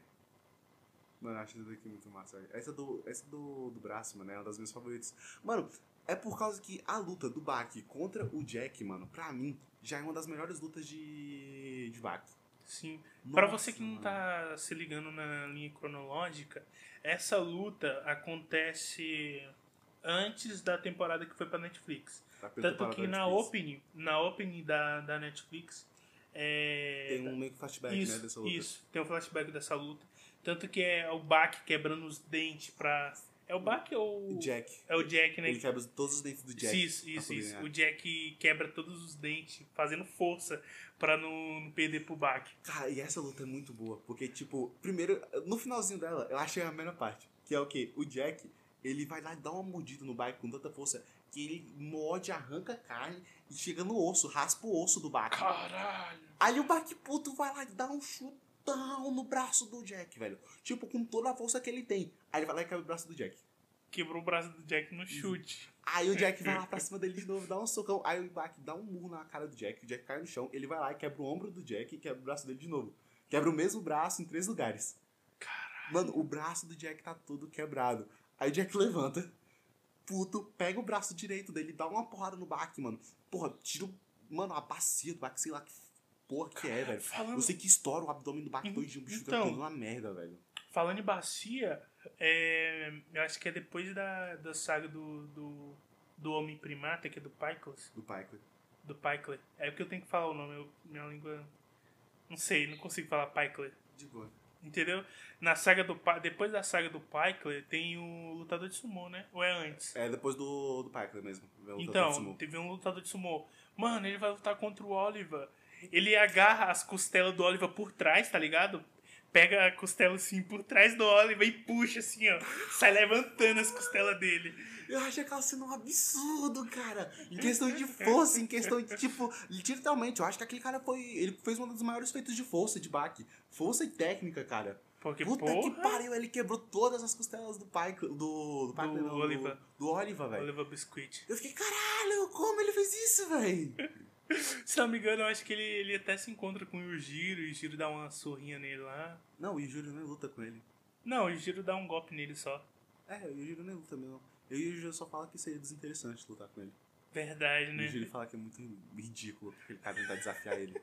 S2: Mano, eu acho isso daqui muito massa. velho. Essa do, essa do, do braço, mano, é uma das minhas favoritas. Mano, é por causa que a luta do Baki contra o Jack, mano, pra mim, já é uma das melhores lutas de, de Baki.
S1: Sim. Pra
S2: Nossa,
S1: você que não
S2: mano.
S1: tá se ligando na linha cronológica, essa luta acontece antes da temporada que foi pra Netflix.
S2: Tá pela
S1: Tanto
S2: temporada
S1: que na
S2: Netflix.
S1: opening, na opening da, da Netflix, é,
S2: Tem um meio que flashback,
S1: isso,
S2: né, dessa luta.
S1: Isso, tem um flashback dessa luta. Tanto que é o Bach quebrando os dentes pra. É o Bach ou.
S2: O Jack.
S1: É o Jack, né?
S2: Ele quebra todos os dentes do Jack.
S1: isso,
S2: pra
S1: isso,
S2: poder
S1: isso.
S2: ganhar.
S1: O Jack quebra todos os dentes, fazendo força pra não, não perder pro Bach.
S2: Cara, e essa luta é muito boa, porque, tipo, primeiro, no finalzinho dela, eu achei a melhor parte, que é o quê? O Jack, ele vai lá e dá uma mordida no bike com tanta força que ele morde, arranca a carne e chega no osso, raspa o osso do bike.
S1: Caralho!
S2: Aí o bike puto vai lá e dá um chutão no braço do Jack, velho. Tipo, com toda a força que ele tem. Aí ele vai lá e cai o braço do Jack.
S1: Quebrou o braço do Jack no chute.
S2: Aí o Jack vai lá pra cima dele de novo, dá um socão. Aí o Ibaki dá um murro na cara do Jack, o Jack cai no chão, ele vai lá e quebra o ombro do Jack e quebra o braço dele de novo. Quebra o mesmo braço em três lugares.
S1: Caralho.
S2: Mano, o braço do Jack tá todo quebrado. Aí o Jack levanta, puto, pega o braço direito dele, dá uma porrada no Baki, mano. Porra, tira o. Mano, a bacia do Baki, sei lá que porra que é, velho.
S1: Falando,
S2: Eu sei que estoura o abdômen do Baki
S1: Hum,
S2: todo dia, o bicho fica
S1: então.
S2: todo uma merda, velho.
S1: falando em bacia, é, eu acho que é depois da, da saga do, do, do Homem Primata, que é do Pycles.
S2: Do Pyke.
S1: do Pikler. É porque eu tenho que falar o nome, eu- minha língua. Não sei, não consigo falar Pikler.
S2: De boa.
S1: Entendeu? Na saga do Pi- Depois da saga do Pikler tem o lutador de sumô, né? Ou é antes?
S2: É depois do, do Pyke mesmo. é o Tatsutsu
S1: então,
S2: Mo.
S1: teve um lutador de sumô. Mano, ele vai lutar contra o Oliver. Ele agarra as costelas do Oliver por trás, tá ligado? Pega a costela assim por trás do Oliver e puxa assim, ó. Sai levantando as costelas dele.
S2: Eu acho aquela cena um absurdo, cara. Em questão de força, em questão de, tipo, literalmente, eu acho que aquele cara foi. Ele fez um dos maiores feitos de força de baque. Força e técnica, cara.
S1: Porque,
S2: Puta
S1: porra,
S2: que pariu, ele quebrou todas as costelas do pai. Do. Do, pai,
S1: Do
S2: não, do
S1: Oliva.
S2: Do Oliva, velho.
S1: Oliver Biscuit.
S2: Eu fiquei, caralho, como ele fez isso, velho?
S1: Se não me engano, eu acho que ele, ele até se encontra com o Giro e o Giro dá uma sorrinha nele lá.
S2: Não, e o Júlio nem luta com ele.
S1: Não, o Giro dá um golpe nele só.
S2: É, o Júlio nem luta mesmo. Eu e o Júlio só fala que seria desinteressante lutar com ele.
S1: Verdade,
S2: E
S1: né?
S2: o Júlio fala que é muito ridículo aquele cara tentar desafiar ele.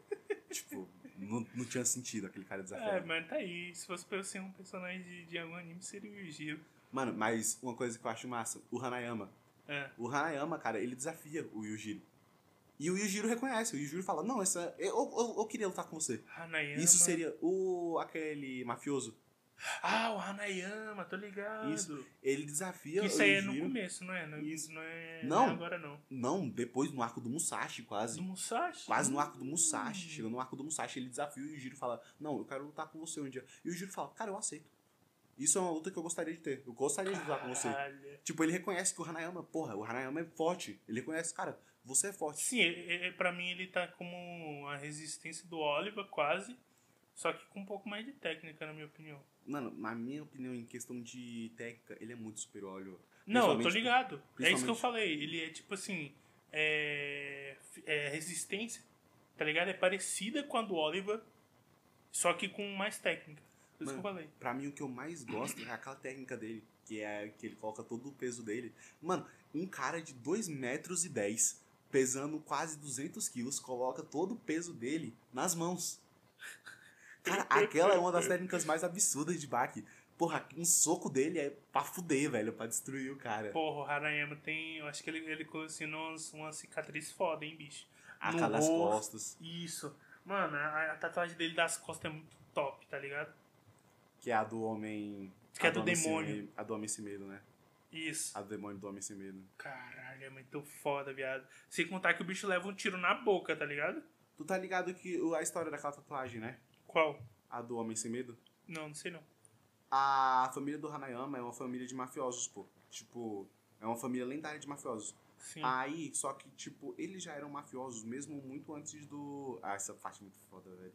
S2: tipo, não, não tinha sentido aquele cara desafiar
S1: É,
S2: ele.
S1: mas tá aí. Se fosse pra eu ser um personagem de, de algum anime, seria o Giro.
S2: Mano, mas uma coisa que eu acho massa, o Hanayama.
S1: É.
S2: O Hanayama, cara, ele desafia o Yujiro. E o Yujiro reconhece, o Yujiro fala, não, essa. Eu, eu, eu queria lutar com você.
S1: Hanayama.
S2: Isso seria o. aquele mafioso.
S1: Ah, o Hanayama, tô ligado.
S2: Isso. Ele desafia
S1: Isso
S2: o
S1: aí é no
S2: Yujiro.
S1: começo, não é? Não,
S2: Isso.
S1: não é
S2: Não.
S1: não é agora, não.
S2: não, depois no arco do Musashi, quase.
S1: Do Musashi?
S2: Quase no arco do
S1: Hum.
S2: Musashi. Chegando no arco do Musashi, ele desafia o Yujiro e fala, não, eu quero lutar com você um dia. E o Yujiro fala, cara, eu aceito. Isso é uma luta que eu gostaria de ter. Eu gostaria de lutar com você.
S1: Caralho.
S2: Tipo, ele reconhece que o Hanayama, porra, o Hanayama é forte. Ele reconhece, cara, você é forte.
S1: Sim, é, é, pra mim ele tá como a resistência do Oliver, quase. Só que com um pouco mais de técnica, na minha opinião.
S2: Mano, na minha opinião, em questão de técnica, ele é muito superior ao Oliver.
S1: Não, eu tô
S2: Principalmente-
S1: ligado. É isso que eu
S2: principalmente-
S1: falei. Ele é tipo assim. É, é resistência, tá ligado? É parecida com a do Oliver, só que com mais técnica. É isso que eu
S2: Mano.
S1: falei.
S2: Pra mim, o que eu mais gosto é aquela técnica dele, que é que ele coloca todo o peso dele. Mano, um cara de 2 metros e 10, pesando quase 200 quilos, coloca todo o peso dele nas mãos. Cara, aquela é uma das técnicas mais absurdas de baque. Porra, um soco dele é pra fuder, velho, pra destruir o cara.
S1: Porra, o Harayama tem. Eu acho que ele, ele colecionou umas, uma cicatriz foda, hein, bicho.
S2: A
S1: no
S2: cara das
S1: rosto.
S2: costas,
S1: Isso. Mano, a, a tatuagem dele das costas é muito top, tá ligado?
S2: que é a do homem...
S1: Que é
S2: a
S1: do
S2: homem sem
S1: demônio.
S2: medo- A do homem sem medo, né?
S1: Isso.
S2: A do demônio do homem sem medo.
S1: Caralho, é muito foda, viado. Sem contar que o bicho leva um tiro na boca, tá ligado?
S2: Tu tá ligado que o- a história daquela tatuagem, né?
S1: Qual?
S2: A do Homem Sem Medo?
S1: Não, não sei não.
S2: A família do Hanayama é uma família de mafiosos, pô. Tipo, é uma família lendária de mafiosos.
S1: Sim.
S2: Aí, só que, tipo, eles já eram mafiosos mesmo muito antes do... Ah, essa parte é muito foda, velho.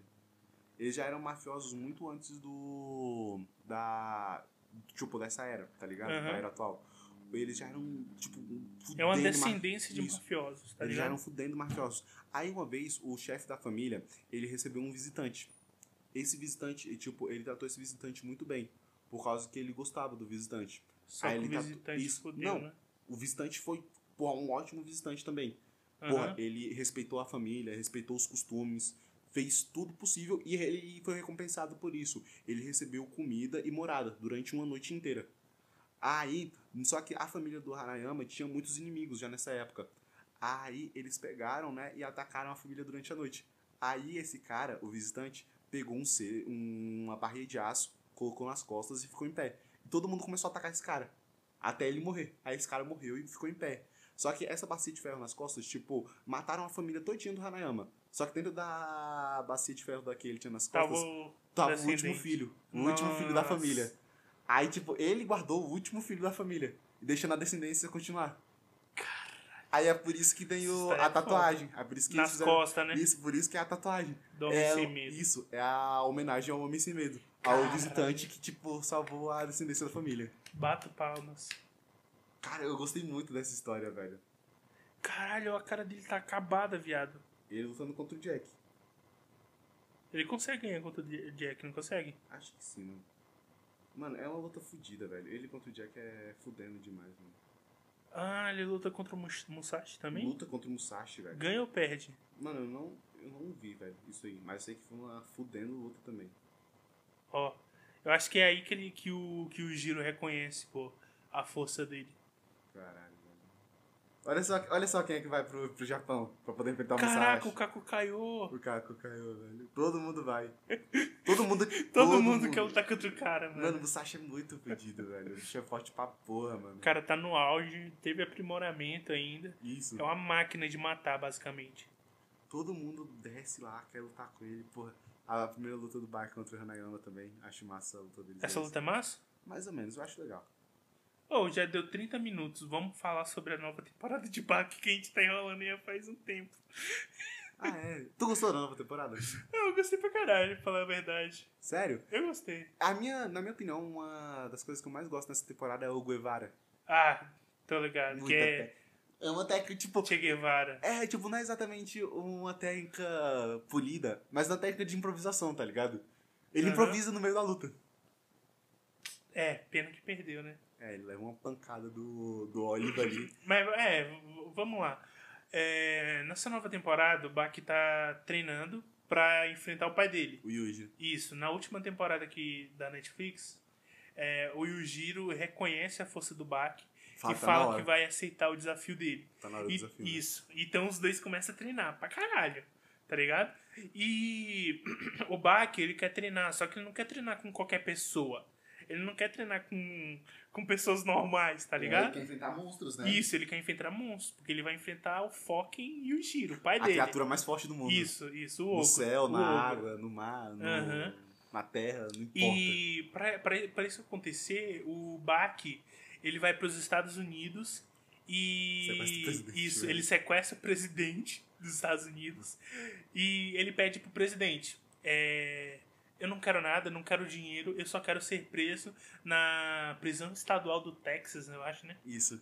S2: Eles já eram mafiosos muito antes do... Da... Tipo, dessa era, tá ligado?
S1: Aham.
S2: Da era atual. Eles já eram, tipo, um
S1: é uma
S2: fudendo ma-
S1: descendência de
S2: Isso.
S1: mafiosos, tá
S2: eles já
S1: ligado?
S2: eram fudendo mafiosos. Aí uma vez, o chefe da família, ele recebeu um visitante. Esse visitante, e, tipo, ele tratou esse visitante muito bem. Por causa que ele gostava do visitante.
S1: Só
S2: Ah,
S1: que o
S2: ele tá-
S1: visitante
S2: isso-
S1: fudeu,
S2: não.
S1: né?
S2: O visitante foi porra, um ótimo visitante também.
S1: Aham.
S2: Porra, ele respeitou a família, respeitou os costumes, fez tudo possível e ele foi recompensado por isso. Ele recebeu comida e morada durante uma noite inteira. Aí, só que a família do Harayama tinha muitos inimigos já nessa época. Aí eles pegaram, né, e atacaram a família durante a noite. Aí esse cara, o visitante, pegou um ce- um- uma barrinha de aço, colocou nas costas e ficou em pé. E todo mundo começou a atacar esse cara. Até ele morrer. Aí esse cara morreu e ficou em pé. Só que essa bacia de ferro nas costas, tipo, mataram a família todinha do Hanayama. Só que dentro da bacia de ferro daquele tinha nas
S1: Tava
S2: costas,
S1: o
S2: tava o
S1: descendente.
S2: último filho. O último filho da
S1: Nossa.
S2: família. Aí, tipo, ele guardou o último filho da família. Deixando a descendência continuar. Aí é por isso que tem o,
S1: Isso é
S2: a tatuagem. É por isso que eles
S1: Nas
S2: fizeram-
S1: costas, né?
S2: Isso, por isso que é a tatuagem.
S1: Do
S2: é,
S1: homicídio.
S2: Isso, é a homenagem ao Homem Sem Medo. Ao
S1: Caralho.
S2: visitante que, tipo, salvou a descendência da família.
S1: Bato palmas.
S2: Cara, eu gostei muito dessa história, velho.
S1: Caralho, a cara dele tá acabada, viado.
S2: Ele lutando contra o Jack.
S1: Ele consegue ganhar contra o Di- Jack, não consegue?
S2: Acho que sim, mano. Mano, é uma luta fodida, velho. Ele contra o Jack é fudendo demais, mano.
S1: Ah, ele luta contra o Mus- Musashi também?
S2: Luta contra o Musashi, velho.
S1: Ganha ou perde?
S2: Mano, eu não, eu não vi, velho, isso aí. Mas eu sei que foi uma fudendo luta também.
S1: Ó, eu acho que é aí que, ele, que, o, que o Giro reconhece, pô, a força dele.
S2: Caralho, velho. Olha só, olha só quem é que vai pro, pro Japão pra poder enfrentar o
S1: Caraca, o
S2: Musashi.
S1: Kaku caiu.
S2: O Caco caiu, velho. Todo mundo vai. Todo mundo.
S1: Todo, mundo, quer lutar contra o né? cara, mano.
S2: Mano, o Musashi é muito fedido, velho. O bicho é forte pra porra, mano.
S1: O cara tá no auge, teve aprimoramento ainda.
S2: Isso.
S1: É uma máquina de matar, basicamente.
S2: Todo mundo desce lá, quer lutar com ele, porra. A primeira luta do Bai contra o Hanayama também. Acho massa a luta deles.
S1: Essa
S2: dois.
S1: luta é massa?
S2: Mais ou menos, eu acho legal.
S1: Oh, já deu 30 minutos. Vamos falar sobre a nova temporada de Bach que a gente tá enrolando aí faz um tempo.
S2: Ah, é. Tu gostou da nova temporada?
S1: Eu gostei pra caralho, pra falar a verdade.
S2: Sério?
S1: Eu gostei.
S2: A minha, na minha opinião, uma das coisas que eu mais gosto nessa temporada é o Guevara.
S1: Ah, tô ligado.
S2: Muita
S1: que é
S2: técnica. É uma técnica, tipo.
S1: Che Guevara.
S2: É, tipo, não é exatamente uma técnica polida, mas uma técnica de improvisação, tá ligado? Ele
S1: Aham.
S2: improvisa no meio da luta.
S1: É, pena que perdeu, né?
S2: É, ele leva uma pancada do, do Oliva ali.
S1: Mas, é, v- vamos lá. É, nessa nova temporada, o Bach tá treinando pra enfrentar o pai dele.
S2: O Yuji.
S1: Isso, na última temporada aqui da Netflix, é, o Yujiro reconhece a força do Bach
S2: Fala,
S1: e
S2: tá na
S1: fala
S2: hora.
S1: que vai aceitar o desafio dele.
S2: Tá na hora do
S1: E-
S2: desafio. né?
S1: Isso. Então os dois começam a treinar pra caralho, tá ligado? E o Bach, ele quer treinar, só que ele não quer treinar com qualquer pessoa. Ele não quer treinar com, com pessoas normais, tá
S2: Ele
S1: ligado?
S2: quer enfrentar monstros, É, né?
S1: Isso, ele quer enfrentar monstros, porque ele vai enfrentar o fucking Yujiro, o pai
S2: A
S1: é dele.
S2: criatura mais forte do mundo.
S1: Isso, isso, o
S2: No
S1: ogro,
S2: céu,
S1: o
S2: na
S1: ogro.
S2: água, no mar, no-
S1: Aham.
S2: na terra, não importa.
S1: E pra- pra pra isso acontecer, o Bach ele vai pros Estados Unidos e
S2: Sequestra o presidente, né?
S1: isso
S2: velho.
S1: ele sequestra o presidente dos Estados Unidos e ele pede pro presidente é, eu não quero nada, não quero dinheiro, eu só quero ser preso na prisão estadual do Texas, eu acho, né?
S2: Isso.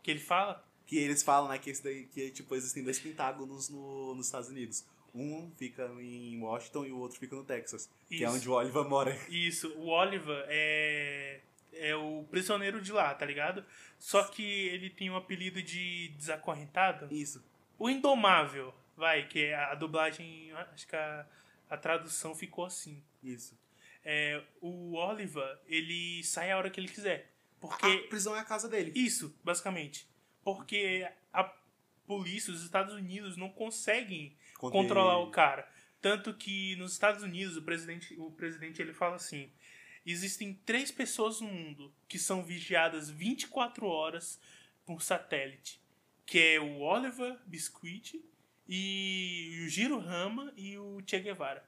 S1: Que ele fala.
S2: Que eles falam, né, que, esse daí, que tipo, existem dois pentágonos no, nos Estados Unidos. Um fica em Washington e o outro fica no Texas. Que é
S1: Isso.
S2: onde o Oliver mora.
S1: Isso, o Oliver é, é o prisioneiro de lá, tá ligado? Só que ele tem um apelido de desacorrentado.
S2: Isso.
S1: O Indomável, vai, que é a dublagem, acho que a, a tradução ficou assim.
S2: Isso.
S1: É, o Oliver, ele sai a hora que ele quiser.
S2: A
S1: Porque.
S2: prisão é a casa dele.
S1: Isso, basicamente. Porque a polícia, os Estados Unidos, não conseguem controlar o cara. tá Tanto que nos Estados Unidos, o presidente, o presidente ele fala assim: existem três pessoas no mundo que são vigiadas 24 horas por satélite, que é o Oliver Biscuit e o Jiro Rama e o Che Guevara.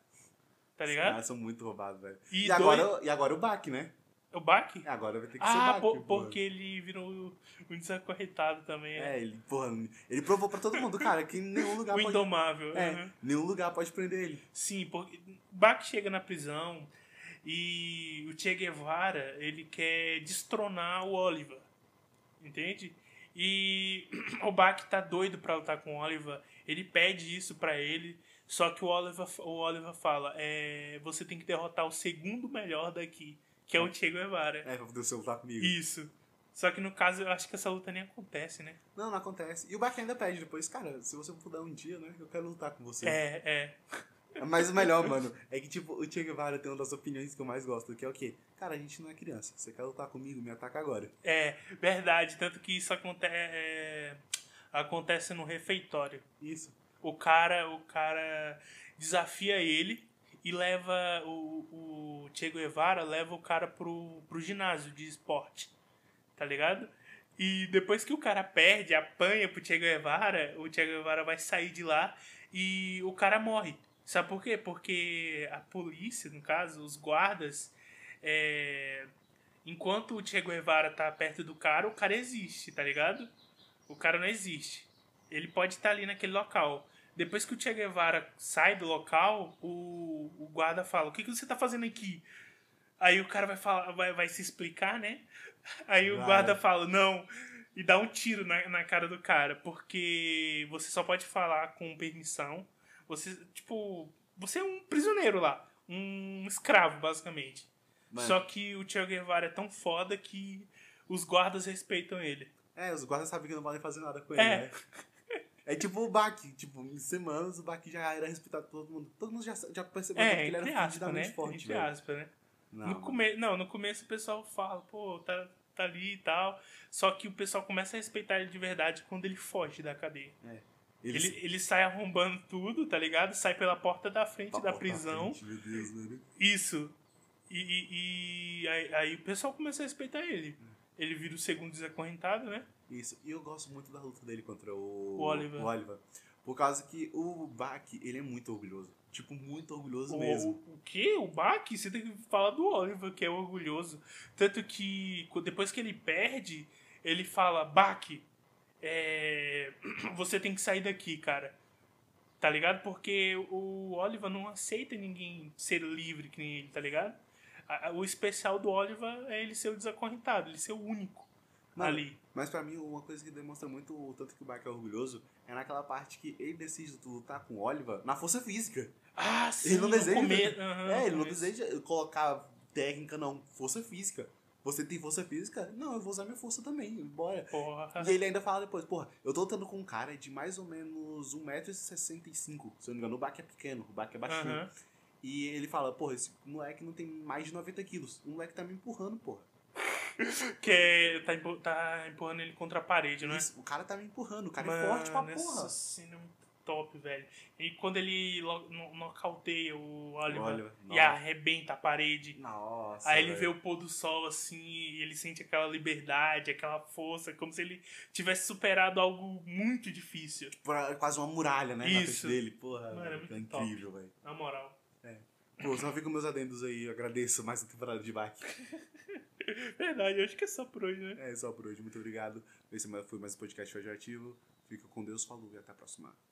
S1: Tá ligado?
S2: Ah, são muito roubados, velho.
S1: E
S2: E,
S1: dois-
S2: agora, e agora o Bach, né?
S1: O Bach?
S2: Agora vai ter que ser o
S1: Ah,
S2: Bach.
S1: po-
S2: porra.
S1: porque ele virou um desacorretado também. né?
S2: É, ele, porra, ele provou pra todo mundo, cara, que nenhum lugar
S1: o
S2: pode...
S1: indomável.
S2: É,
S1: aham.
S2: nenhum lugar pode prender ele.
S1: Sim, porque Bach chega na prisão e o Che Guevara ele quer destronar o Oliver. Entende? E o Bach tá doido pra lutar com o Oliver. Ele pede isso pra ele. Só que o Oliver, o Oliver fala: é, você tem que derrotar o segundo melhor daqui, que é o Che Guevara.
S2: É, pra poder se lutar comigo.
S1: Isso. Só que no caso, eu acho que essa luta nem acontece, né?
S2: Não, não acontece. E o Bach ainda pede depois, cara, se você puder um dia, né, eu quero lutar com você.
S1: É, é.
S2: Mas o melhor, mano, é que, tipo, o Che Guevara tem uma das opiniões que eu mais gosto, que é o quê? Cara, a gente não é criança. Você quer lutar comigo? Me ataca agora.
S1: É, verdade. Tanto que isso acontece, acontece no refeitório.
S2: Isso.
S1: O cara, o cara desafia ele e leva o, o Che Guevara leva o cara pro, pro ginásio de esporte, tá ligado? E depois que o cara perde, apanha pro Che Guevara, o Che Guevara vai sair de lá e o cara morre. Sabe por quê? Porque a polícia, no caso, os guardas, é, enquanto o Che Guevara tá perto do cara, o cara existe, tá ligado? O cara não existe. Ele pode estar ali naquele local. Depois que o Che Guevara sai do local, o, o guarda fala: O que, que você tá fazendo aqui? Aí o cara vai, falar, vai, vai se explicar, né? Aí o
S2: Vai.
S1: guarda fala: Não. E dá um tiro na, na cara do cara, porque você só pode falar com permissão. Você, tipo, você é um prisioneiro lá. Um escravo, basicamente.
S2: Mano.
S1: Só que o Che Guevara é tão foda que os guardas respeitam ele.
S2: É, os guardas sabem que não podem fazer nada com ele,
S1: É.
S2: né? É tipo o Bach, tipo, em semanas o Bach já era respeitado por todo mundo. Todo mundo já, já percebeu que
S1: É,
S2: ele era
S1: entre aspas, né?
S2: fudidamente forte,
S1: entre
S2: velho.
S1: aspas, né?
S2: Não,
S1: No come... Não, no começo o pessoal fala, pô, tá, tá ali e tal. Só que o pessoal começa a respeitar ele de verdade quando ele foge da cadeia. Ele,
S2: ele-
S1: ele sai arrombando tudo, tá ligado? Sai pela porta da frente
S2: Tá
S1: da
S2: bom, tá
S1: prisão.
S2: frente, meu Deus, mano.
S1: Isso. E, e- e aí, aí o pessoal começa a respeitar ele.
S2: Hum.
S1: Ele vira o segundo desacorrentado, né?
S2: Isso. E eu gosto muito da luta dele contra o,
S1: O Oliver.
S2: Por causa que o Bach, ele é muito orgulhoso. Tipo, muito orgulhoso
S1: O,
S2: mesmo.
S1: o que? O Bach? Você tem que falar do Oliver, que é orgulhoso. Tanto que co- depois que ele perde, ele fala: Bach, é, você tem que sair daqui, cara. Tá ligado? Porque o Oliver não aceita ninguém ser livre que nem ele, tá ligado? A- a- O especial do Oliver é ele ser o desacorrentado, ele ser o único
S2: Mano,
S1: ali.
S2: Mas pra mim, uma coisa que demonstra muito o tanto que o Bach é orgulhoso é naquela parte que ele decide lutar com o Oliver na força física.
S1: Ah, sim,
S2: não
S1: no
S2: deseja-
S1: come- Aham,
S2: é, ele
S1: no
S2: não
S1: começo.
S2: deseja colocar técnica, não. Força física. Você tem força física? Não, eu vou usar minha força também. Bora.
S1: Porra.
S2: E ele ainda fala depois, porra, eu tô lutando com um cara de mais ou menos 1,65m, se eu não me engano. O Bach é pequeno, o Bach é baixinho.
S1: Aham.
S2: E ele fala, porra, esse moleque não tem mais de 90 quilos. O moleque tá me empurrando, porra.
S1: Que é- tá, empu- tá empurrando ele contra a parede, não é?
S2: Isso, o cara tá me empurrando, o cara é
S1: Mano,
S2: forte pra
S1: essa
S2: porra.
S1: cena é muito top, velho. E quando ele lo- no- nocauteia o Oliver
S2: Olha,
S1: e arrebenta a parede,
S2: nossa.
S1: aí ele
S2: velho.
S1: vê o pôr do sol assim e ele sente aquela liberdade, aquela força, como se ele tivesse superado algo muito difícil,
S2: Pra- Quase uma muralha, né? Na
S1: Isso.
S2: frente dele. Porra,
S1: Mano, é muito
S2: é incrível, velho.
S1: na moral.
S2: Pô, só fica meus adendos aí. Eu agradeço mais a temporada de Bach.
S1: Verdade, eu acho que é só por hoje, né?
S2: É só por hoje. Muito obrigado. Esse foi mais um podcast radioativo. Fica com Deus, falou e até a próxima.